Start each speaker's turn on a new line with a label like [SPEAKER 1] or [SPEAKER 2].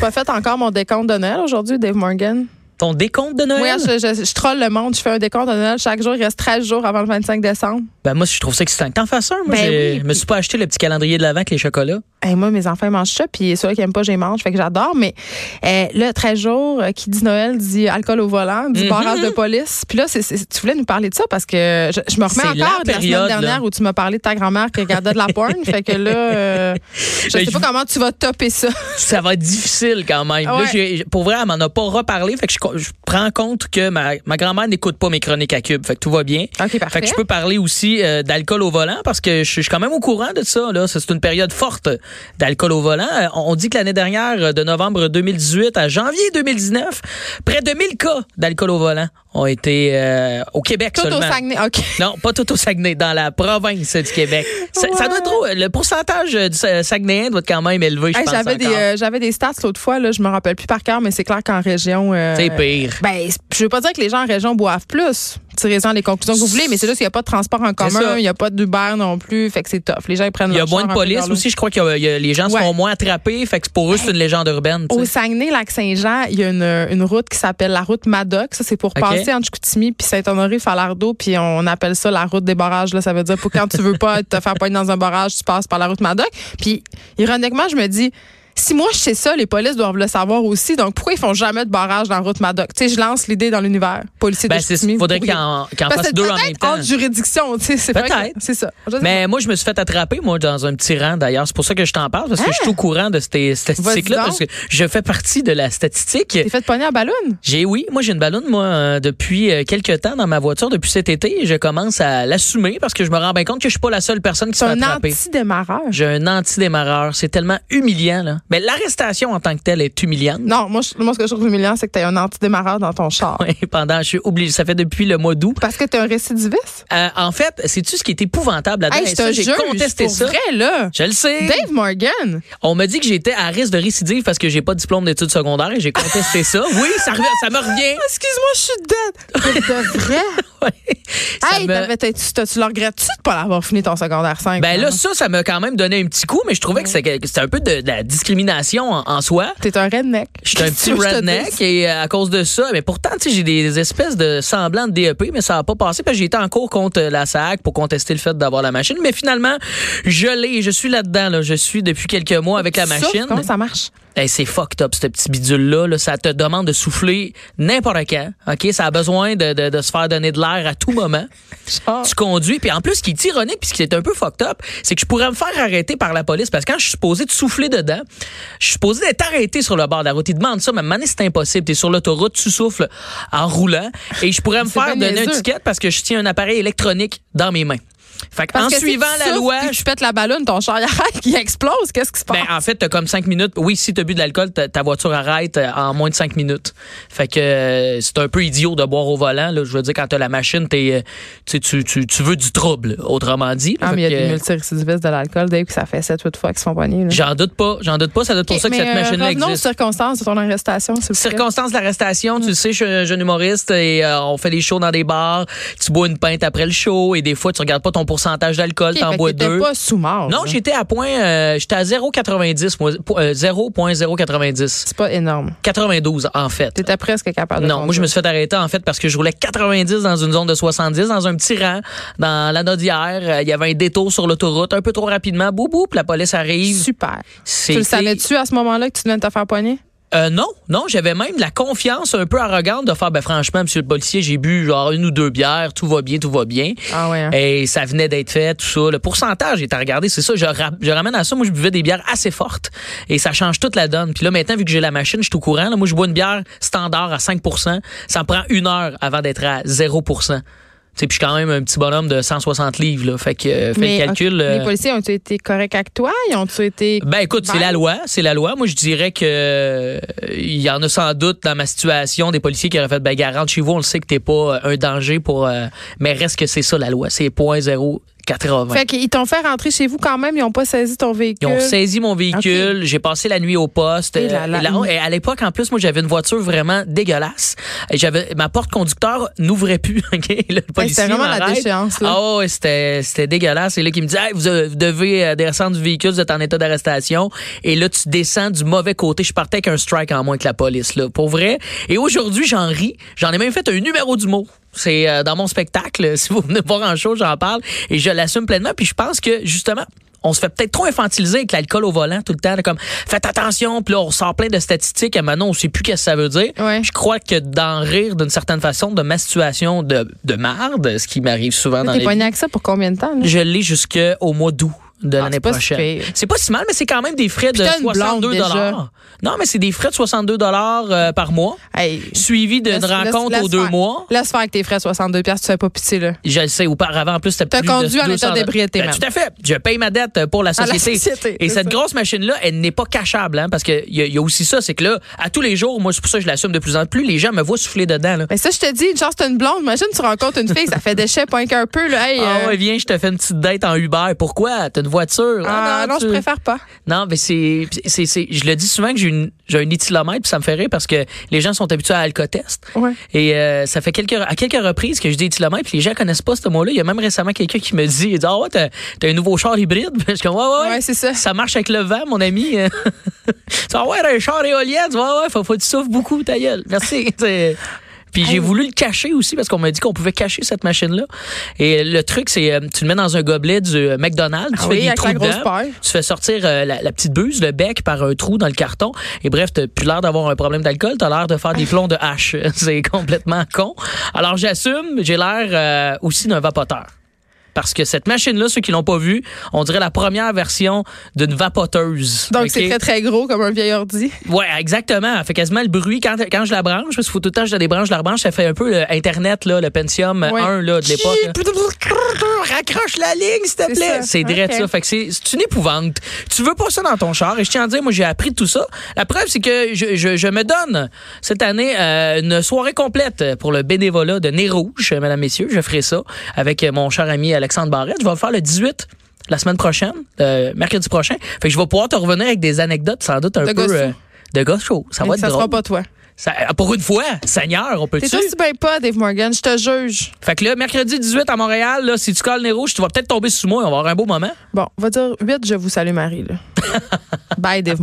[SPEAKER 1] pas fait encore mon décompte de Noël aujourd'hui, Dave Morgan.
[SPEAKER 2] Ton décompte de Noël?
[SPEAKER 1] Moi, je, je, je troll le monde. Je fais un décompte de Noël chaque jour. Il reste 13 jours avant le 25 décembre.
[SPEAKER 2] Ben, moi, je trouve ça excitant. Que t'en fasses un. Moi,
[SPEAKER 1] Ben
[SPEAKER 2] j'ai-
[SPEAKER 1] oui,
[SPEAKER 2] je me suis pas acheté le petit calendrier de l'avant avec les chocolats.
[SPEAKER 1] Hey, moi, mes enfants ils mangent ça, puis ceux qui aiment pas, j'ai mange, fait que j'adore. Mais euh, là, 13 jours, euh, qui dit Noël, dit alcool au volant, dit
[SPEAKER 2] Mhm.
[SPEAKER 1] barrage de police. Puis là, c'est- c'est- tu voulais nous parler de ça parce que je, je me
[SPEAKER 2] C'est
[SPEAKER 1] remets
[SPEAKER 2] la
[SPEAKER 1] encore de la
[SPEAKER 2] période,
[SPEAKER 1] semaine dernière
[SPEAKER 2] là.
[SPEAKER 1] où tu m'as parlé de ta grand-mère qui regardait de la porn. fait que là, euh, je
[SPEAKER 2] Ben,
[SPEAKER 1] sais pas
[SPEAKER 2] je-
[SPEAKER 1] comment tu vas topper ça.
[SPEAKER 2] ça va être difficile quand même. Là,
[SPEAKER 1] Ouais.
[SPEAKER 2] j'ai- pour vrai, elle m'en a pas reparlé. Fait que je, co- je prends compte que ma, ma grand-mère n'écoute pas mes chroniques à cube. Fait que tout va bien.
[SPEAKER 1] OK,
[SPEAKER 2] Fait
[SPEAKER 1] parfait.
[SPEAKER 2] que je peux parler aussi euh, d'alcool au volant parce que je, je suis quand même au courant de ça. Là. Ça, C'est une période forte euh, d'alcool au volant. Euh, On on dit que l'année dernière, euh, de novembre 2018 à janvier 2019, près de 1000 cas d'alcool au volant ont été euh, au Québec
[SPEAKER 1] Tout
[SPEAKER 2] seulement.
[SPEAKER 1] au Saguenay. OK.
[SPEAKER 2] Non, pas tout au Saguenay, dans la province du Québec. Ça, ça doit être trop. Le pourcentage euh, du Sa- Saguenayen doit être quand même élevé, je
[SPEAKER 1] Hey,
[SPEAKER 2] pense.
[SPEAKER 1] j'avais des
[SPEAKER 2] encore.
[SPEAKER 1] euh, j'avais des stats l'autre fois là, je me rappelle plus par cœur mais c'est clair qu'en région euh,
[SPEAKER 2] C'est pire.
[SPEAKER 1] Ben, c'est- je veux pas dire que les gens en région boivent plus. Tirez-en les conclusions que vous voulez, mais c'est juste qu'il n'y a pas de transport en commun,
[SPEAKER 2] ça.
[SPEAKER 1] il n'y a pas d'Uber non plus, fait que c'est tough. Les gens ils prennent
[SPEAKER 2] Il y a
[SPEAKER 1] leur
[SPEAKER 2] moins
[SPEAKER 1] char
[SPEAKER 2] de
[SPEAKER 1] un peu
[SPEAKER 2] police
[SPEAKER 1] vers l'eau.
[SPEAKER 2] aussi. Je crois que les gens se
[SPEAKER 1] Ouais.
[SPEAKER 2] font moins attraper. Fait que pour eux, c'est une légende urbaine. tu
[SPEAKER 1] Au
[SPEAKER 2] sais.
[SPEAKER 1] Saguenay-Lac-Saint-Jean, il y a une, une route qui s'appelle la route Madoc. Ça, c'est pour
[SPEAKER 2] OK.
[SPEAKER 1] passer entre Chicoutimi puis Saint-Honoré-Falardeau, puis on appelle ça la route des barrages. Là. Ça veut dire pour quand tu veux pas te faire poigner dans un barrage, tu passes par la route Madoc. Puis, ironiquement, je me dis... Si moi je sais ça, les polices doivent le savoir aussi. Donc pourquoi ils font jamais de barrage dans la route Madoc Tu sais, je lance l'idée dans l'univers. Policiers
[SPEAKER 2] Ben,
[SPEAKER 1] de
[SPEAKER 2] c'est-
[SPEAKER 1] Chicoutimi,
[SPEAKER 2] faudrait
[SPEAKER 1] vous
[SPEAKER 2] qu'il
[SPEAKER 1] pourriez.
[SPEAKER 2] en, qu'il en
[SPEAKER 1] Parce que
[SPEAKER 2] fasse
[SPEAKER 1] c'est
[SPEAKER 2] deux en même
[SPEAKER 1] peut-être
[SPEAKER 2] temps.
[SPEAKER 1] hors juridiction, tu sais, c'est vrai que-
[SPEAKER 2] Peut-être.
[SPEAKER 1] C'est ça. Je sais
[SPEAKER 2] Mais moi, je me suis fait attraper, moi, dans un petit rang, d'ailleurs. C'est pour ça que je t'en parle, parce que je suis au courant de ces statistiques-là,
[SPEAKER 1] Hein? Vas-y
[SPEAKER 2] parce
[SPEAKER 1] donc.
[SPEAKER 2] que je fais partie de la statistique.
[SPEAKER 1] pas. T'es fait pogner en ballon.
[SPEAKER 2] J'ai oui, moi j'ai une ballonne moi euh, depuis euh, quelques temps dans ma voiture depuis cet été et je commence à l'assumer parce que je me rends bien compte que je suis pas la seule personne qui
[SPEAKER 1] C'est
[SPEAKER 2] s'est
[SPEAKER 1] un
[SPEAKER 2] attrapée.
[SPEAKER 1] anti-démarreur.
[SPEAKER 2] J'ai un anti-démarreur, c'est tellement humiliant là. Mais l'arrestation en tant que telle est humiliante.
[SPEAKER 1] Non, moi, je- moi, ce que je trouve humiliant, c'est que t'as un anti-démarreur dans ton char.
[SPEAKER 2] Ouais, pendant je suis obligé, ça fait depuis le mois d'août.
[SPEAKER 1] Parce que t'es un récidiviste.
[SPEAKER 2] Euh, en fait, sais-tu ce qui est épouvantable là-dedans
[SPEAKER 1] Hey,
[SPEAKER 2] Et
[SPEAKER 1] je
[SPEAKER 2] ça,
[SPEAKER 1] te
[SPEAKER 2] j'ai
[SPEAKER 1] jure,
[SPEAKER 2] contesté
[SPEAKER 1] pour
[SPEAKER 2] ça.
[SPEAKER 1] vrai, là.
[SPEAKER 2] Je le sais.
[SPEAKER 1] Dave Morgan.
[SPEAKER 2] On m'a dit que j'étais à risque de récidive parce que j'ai pas de diplôme d'études secondaires et j'ai contesté ça. Oui, ça, revient- ça me revient.
[SPEAKER 1] Excuse-moi, je suis dead. Pour de vrai.
[SPEAKER 2] Ouais. Ça
[SPEAKER 1] hey,
[SPEAKER 2] me-
[SPEAKER 1] t'avais- t'as- tu t'as- tu le regrettes-tu de pas l'avoir fini ton secondaire hein? 5?
[SPEAKER 2] Ben là, ça, ça m'a quand même donné un petit coup, mais je trouvais que c'est- que c'était un peu de, de la discrimination en, en soi.
[SPEAKER 1] T'es un redneck.
[SPEAKER 2] J'étais un
[SPEAKER 1] Qu'est-ce
[SPEAKER 2] petit
[SPEAKER 1] que tu veux que je te
[SPEAKER 2] redneck
[SPEAKER 1] dise?
[SPEAKER 2] et euh, à cause de ça, mais pourtant, tu sais, j'ai des espèces de semblants de DEP, mais ça n'a pas passé parce que j'ai été en cours contre la SAC pour contester le fait d'avoir la machine. Mais finalement, je l'ai, je suis là-dedans, là. Je suis depuis quelques mois avec la
[SPEAKER 1] Souffle,
[SPEAKER 2] machine.
[SPEAKER 1] Comment ça marche?
[SPEAKER 2] Hey, c'est fucked up, ce petit bidule-là. là. Ça te demande de souffler n'importe quand. OK? Ça a besoin de, de- de se faire donner de l'air à tout moment.
[SPEAKER 1] Genre,
[SPEAKER 2] Tu conduis. Puis en plus, ce qui est ironique, puis ce qui est un peu fucked up, c'est que je pourrais me faire arrêter par la police parce que quand je suis supposé de souffler dedans, je suis supposé d'être arrêté sur le bord de la route. Ils demandent ça, mais mané, c'est impossible. T'es sur l'autoroute, tu souffles en roulant. Et je pourrais me
[SPEAKER 1] C'est
[SPEAKER 2] faire
[SPEAKER 1] bien
[SPEAKER 2] donner un
[SPEAKER 1] niaiseux.
[SPEAKER 2] ticket parce que je tiens un appareil électronique dans mes mains. Fait que
[SPEAKER 1] Parce
[SPEAKER 2] en
[SPEAKER 1] que si
[SPEAKER 2] suivant
[SPEAKER 1] tu
[SPEAKER 2] la
[SPEAKER 1] souffles
[SPEAKER 2] loi,
[SPEAKER 1] puis que Tu pètes la ballonne, ton char il arrête, il explose. Qu'est-ce qui se passe?
[SPEAKER 2] ben, en fait, t'as comme cinq minutes. Oui, si t'as bu de l'alcool, ta, ta voiture arrête euh, en moins de cinq minutes. Fait que euh, c'est un peu idiot de boire au volant. Là. Je veux dire, quand t'as la machine, t'es, euh, tu, sais, tu, tu, tu veux du trouble, autrement dit. là.
[SPEAKER 1] Ah, mais il y
[SPEAKER 2] Fait
[SPEAKER 1] a des
[SPEAKER 2] que, euh,
[SPEAKER 1] multirécidivistes de l'alcool, Dave, que ça fait 7-8 fois qu'ils se font pogner. là.
[SPEAKER 2] J'en doute pas, j'en doute pas. Ça doit être pour
[SPEAKER 1] Ok,
[SPEAKER 2] ça que
[SPEAKER 1] mais,
[SPEAKER 2] cette
[SPEAKER 1] euh,
[SPEAKER 2] machine-là
[SPEAKER 1] revenons aux
[SPEAKER 2] existe.
[SPEAKER 1] circonstances de ton arrestation, s'il vous plaît.
[SPEAKER 2] Circonstance de l'arrestation, tu le sais, je suis un jeune humoriste et euh, on fait des shows dans des bars. Tu bois une pinte après le show et des fois, tu regardes pas ton pourcentage d'alcool,
[SPEAKER 1] Ok,
[SPEAKER 2] t'en
[SPEAKER 1] fait
[SPEAKER 2] bois
[SPEAKER 1] que t'étais
[SPEAKER 2] deux.
[SPEAKER 1] pas sous mort.
[SPEAKER 2] Non,
[SPEAKER 1] là.
[SPEAKER 2] j'étais à point, euh, j'étais à 0,90, moi, po- euh, 0,090.
[SPEAKER 1] C'est pas énorme.
[SPEAKER 2] 92, en fait.
[SPEAKER 1] T'étais presque capable de
[SPEAKER 2] Non, moi je me suis fait arrêter en fait parce que je roulais 90 dans une zone de 70 dans un petit rang dans la Nodière, Euh, il y avait un détour sur l'autoroute un peu trop rapidement, boum boum, la police arrive.
[SPEAKER 1] Super. Tu
[SPEAKER 2] C'était-
[SPEAKER 1] le savais-tu à ce moment-là que tu venais de te faire poigner?
[SPEAKER 2] Euh, non, non, j'avais même la confiance un peu arrogante de faire ben franchement monsieur le policier, j'ai bu genre une ou deux bières, tout va bien, tout va bien.
[SPEAKER 1] Ah ouais. hein.
[SPEAKER 2] Et ça venait d'être fait, tout ça. Le pourcentage est à regarder, c'est ça. Je, ra- je ramène à ça. Moi, je buvais des bières assez fortes et ça change toute la donne. Puis là, maintenant, vu que j'ai la machine, je suis au courant. là. moi, je bois une bière standard à 5 Ça me prend une heure avant d'être à 0 Tu sais, puis je suis quand même un petit bonhomme de 160 livres. Là. Fait que euh, fais
[SPEAKER 1] Mais,
[SPEAKER 2] le calcul.
[SPEAKER 1] ok,
[SPEAKER 2] euh,
[SPEAKER 1] Les policiers ont-ils été corrects avec toi? Ils ont-ils été.
[SPEAKER 2] ben écoute, c'est
[SPEAKER 1] Bye.
[SPEAKER 2] la loi, c'est la loi. Moi, je dirais que euh, il y en a sans doute dans ma situation des policiers qui auraient fait ben garante chez vous, on le sait que t'es pas euh, un danger pour, euh, mais reste que c'est ça la loi, c'est 0.090 80.
[SPEAKER 1] Fait qu'ils t'ont fait rentrer chez vous quand même, ils n'ont pas saisi ton
[SPEAKER 2] Ils
[SPEAKER 1] véhicule.
[SPEAKER 2] ont saisi mon véhicule. J'ai passé la nuit au poste.
[SPEAKER 1] Et là
[SPEAKER 2] Euh,
[SPEAKER 1] là.
[SPEAKER 2] là- et à l'époque, en plus, moi, j'avais une voiture vraiment dégueulasse. Et J'avais ma porte conducteur n'ouvrait plus. ok? Le policier
[SPEAKER 1] c'était vraiment la
[SPEAKER 2] m'arrête.
[SPEAKER 1] déchéance, là.
[SPEAKER 2] Ah ouais, c'était c'était dégueulasse. Et là, qui me dit, Hey, vous, euh, vous devez euh, descendre du véhicule, vous êtes en état d'arrestation. Et là, tu descends du mauvais côté. Je partais avec un strike en moins que la police, là, pour vrai. Et aujourd'hui, j'en ris. J'en ai même fait un numéro du mot. C'est euh, dans mon spectacle. Si vous venez voir en show, j'en parle et je l'assume pleinement. Puis je pense que justement. On se fait peut-être trop infantiliser avec l'alcool au volant tout le temps, là, comme faites attention, puis là on sort plein de statistiques, et maintenant on sait plus qu'est-ce que ça veut dire.
[SPEAKER 1] Ouais.
[SPEAKER 2] Je crois que d'en rire d'une certaine façon de ma situation de, de marde, ce qui m'arrive souvent dans
[SPEAKER 1] T'es
[SPEAKER 2] les
[SPEAKER 1] pogné avec ça pour combien de temps? là?
[SPEAKER 2] je l'ai jusqu'au mois d'août de l'année
[SPEAKER 1] Ah, c'est pas si
[SPEAKER 2] prochaine.
[SPEAKER 1] pire.
[SPEAKER 2] C'est pas si mal, mais c'est quand même des frais de
[SPEAKER 1] t'as une
[SPEAKER 2] 62
[SPEAKER 1] blonde, déjà.
[SPEAKER 2] Non, mais c'est des frais de 62 dollars euh, par mois,
[SPEAKER 1] Hey,
[SPEAKER 2] suivi d'une
[SPEAKER 1] laisse-
[SPEAKER 2] rencontre
[SPEAKER 1] laisse-
[SPEAKER 2] aux
[SPEAKER 1] laisse
[SPEAKER 2] deux
[SPEAKER 1] faire.
[SPEAKER 2] mois.
[SPEAKER 1] Laisse faire que tes frais 62 pièces, tu fais pas pitié là.
[SPEAKER 2] Je le sais, auparavant, en plus, c'était
[SPEAKER 1] T'as
[SPEAKER 2] plus de
[SPEAKER 1] conduit en
[SPEAKER 2] 200
[SPEAKER 1] état d'ébriété,
[SPEAKER 2] Ben,
[SPEAKER 1] même.
[SPEAKER 2] Tout à fait. Je paye ma dette pour la
[SPEAKER 1] À la
[SPEAKER 2] société.
[SPEAKER 1] société,
[SPEAKER 2] Et
[SPEAKER 1] c'est
[SPEAKER 2] cette
[SPEAKER 1] ça.
[SPEAKER 2] grosse machine-là, elle n'est pas cachable, hein, parce qu'il y, a- y a aussi ça, c'est que là, à tous les jours, moi, c'est pour ça que je l'assume de plus en plus, les gens me voient souffler dedans. Là.
[SPEAKER 1] Mais Ben, ça je te dis, une chance t'as une blonde, imagine tu rencontres une fille, ça fait déchet point qu'un peu là. Hey,
[SPEAKER 2] Ah
[SPEAKER 1] euh,
[SPEAKER 2] ouais, viens, je te fais une petite date en Uber. Pourquoi? T'as une voiture.
[SPEAKER 1] ah, non,
[SPEAKER 2] tu-
[SPEAKER 1] je préfère pas.
[SPEAKER 2] Non, mais c'est, c'est, c'est- je le dis souvent que j'ai une, j'ai un éthylomètre, puis ça me fait rire parce que les gens sont habitués à Alcotest.
[SPEAKER 1] Ouais.
[SPEAKER 2] Et euh, ça fait quelques, à quelques reprises que je dis éthylomètre, puis les gens connaissent pas ce mot-là. Il y a même récemment quelqu'un qui me dit, il dit, ah ouais, t'as, t'as un nouveau char hybride. Je suis comme, ouais, ouais, ouais.
[SPEAKER 1] Ouais, c'est ça.
[SPEAKER 2] Ça marche avec le vent, mon ami. tu ouais, t'as un char éolien. Tu dis, ouais, ouais, faut, faut que tu souffles beaucoup, ta gueule. Merci. C'est- Puis j'ai voulu le cacher aussi parce qu'on m'a dit qu'on pouvait cacher cette machine-là. Et le truc, c'est euh, tu le mets dans un gobelet du euh, McDonald's, tu
[SPEAKER 1] Ah
[SPEAKER 2] fais
[SPEAKER 1] oui,
[SPEAKER 2] des
[SPEAKER 1] avec
[SPEAKER 2] trous
[SPEAKER 1] la grosse
[SPEAKER 2] dedans,
[SPEAKER 1] paille.
[SPEAKER 2] tu fais sortir euh, la, la petite buse, le bec par un trou dans le carton. Et bref, t'as plus l'air d'avoir un problème d'alcool, t'as l'air de faire des plombs de hache. C'est complètement con. Alors j'assume, j'ai l'air euh, aussi d'un vapoteur. Parce que cette machine-là, ceux qui l'ont pas vue, on dirait la première version d'une vapoteuse.
[SPEAKER 1] Donc
[SPEAKER 2] Ok?
[SPEAKER 1] c'est très très gros comme un vieil ordi.
[SPEAKER 2] Ouais, exactement. Elle fait quasiment le bruit quand, quand je la branche. Parce qu'il faut tout le temps que je la débranche, je la branche. Ça fait un peu le Internet, là, le Pentium
[SPEAKER 1] Ouais.
[SPEAKER 2] 1 là, de l'époque. hein. là. Raccroche la ligne, s'il te
[SPEAKER 1] C'est
[SPEAKER 2] plaît.
[SPEAKER 1] ça.
[SPEAKER 2] C'est direct
[SPEAKER 1] Ok.
[SPEAKER 2] ça. Fait que c'est c'est une épouvante. Tu veux pas ça dans ton char. Et je tiens à dire, moi, j'ai appris tout ça. La preuve, c'est que je, je- je me donne cette année euh, une soirée complète pour le bénévolat de Nez Rouge, euh, mesdames, messieurs. Je ferai ça avec euh, mon cher ami Alexandre Barrette. Je vais le faire le 18 la semaine prochaine, euh, mercredi prochain. Fait que je vais pouvoir te revenir avec des anecdotes, sans doute un
[SPEAKER 1] De
[SPEAKER 2] peu
[SPEAKER 1] gosses.
[SPEAKER 2] euh, de gosses chauds. Ça va
[SPEAKER 1] Mais
[SPEAKER 2] être
[SPEAKER 1] ça
[SPEAKER 2] drôle.
[SPEAKER 1] sera pas toi.
[SPEAKER 2] Ça- pour une fois, Seigneur, on peut
[SPEAKER 1] T'es aussi bien pas Dave Morgan, je te juge.
[SPEAKER 2] fait que là, mercredi 18 à Montréal, là, si tu colles les rouges, tu vas peut-être tomber sous moi et on va avoir un beau moment.
[SPEAKER 1] Bon, on va dire 8, je vous salue Marie là. Bye Dave Morgan.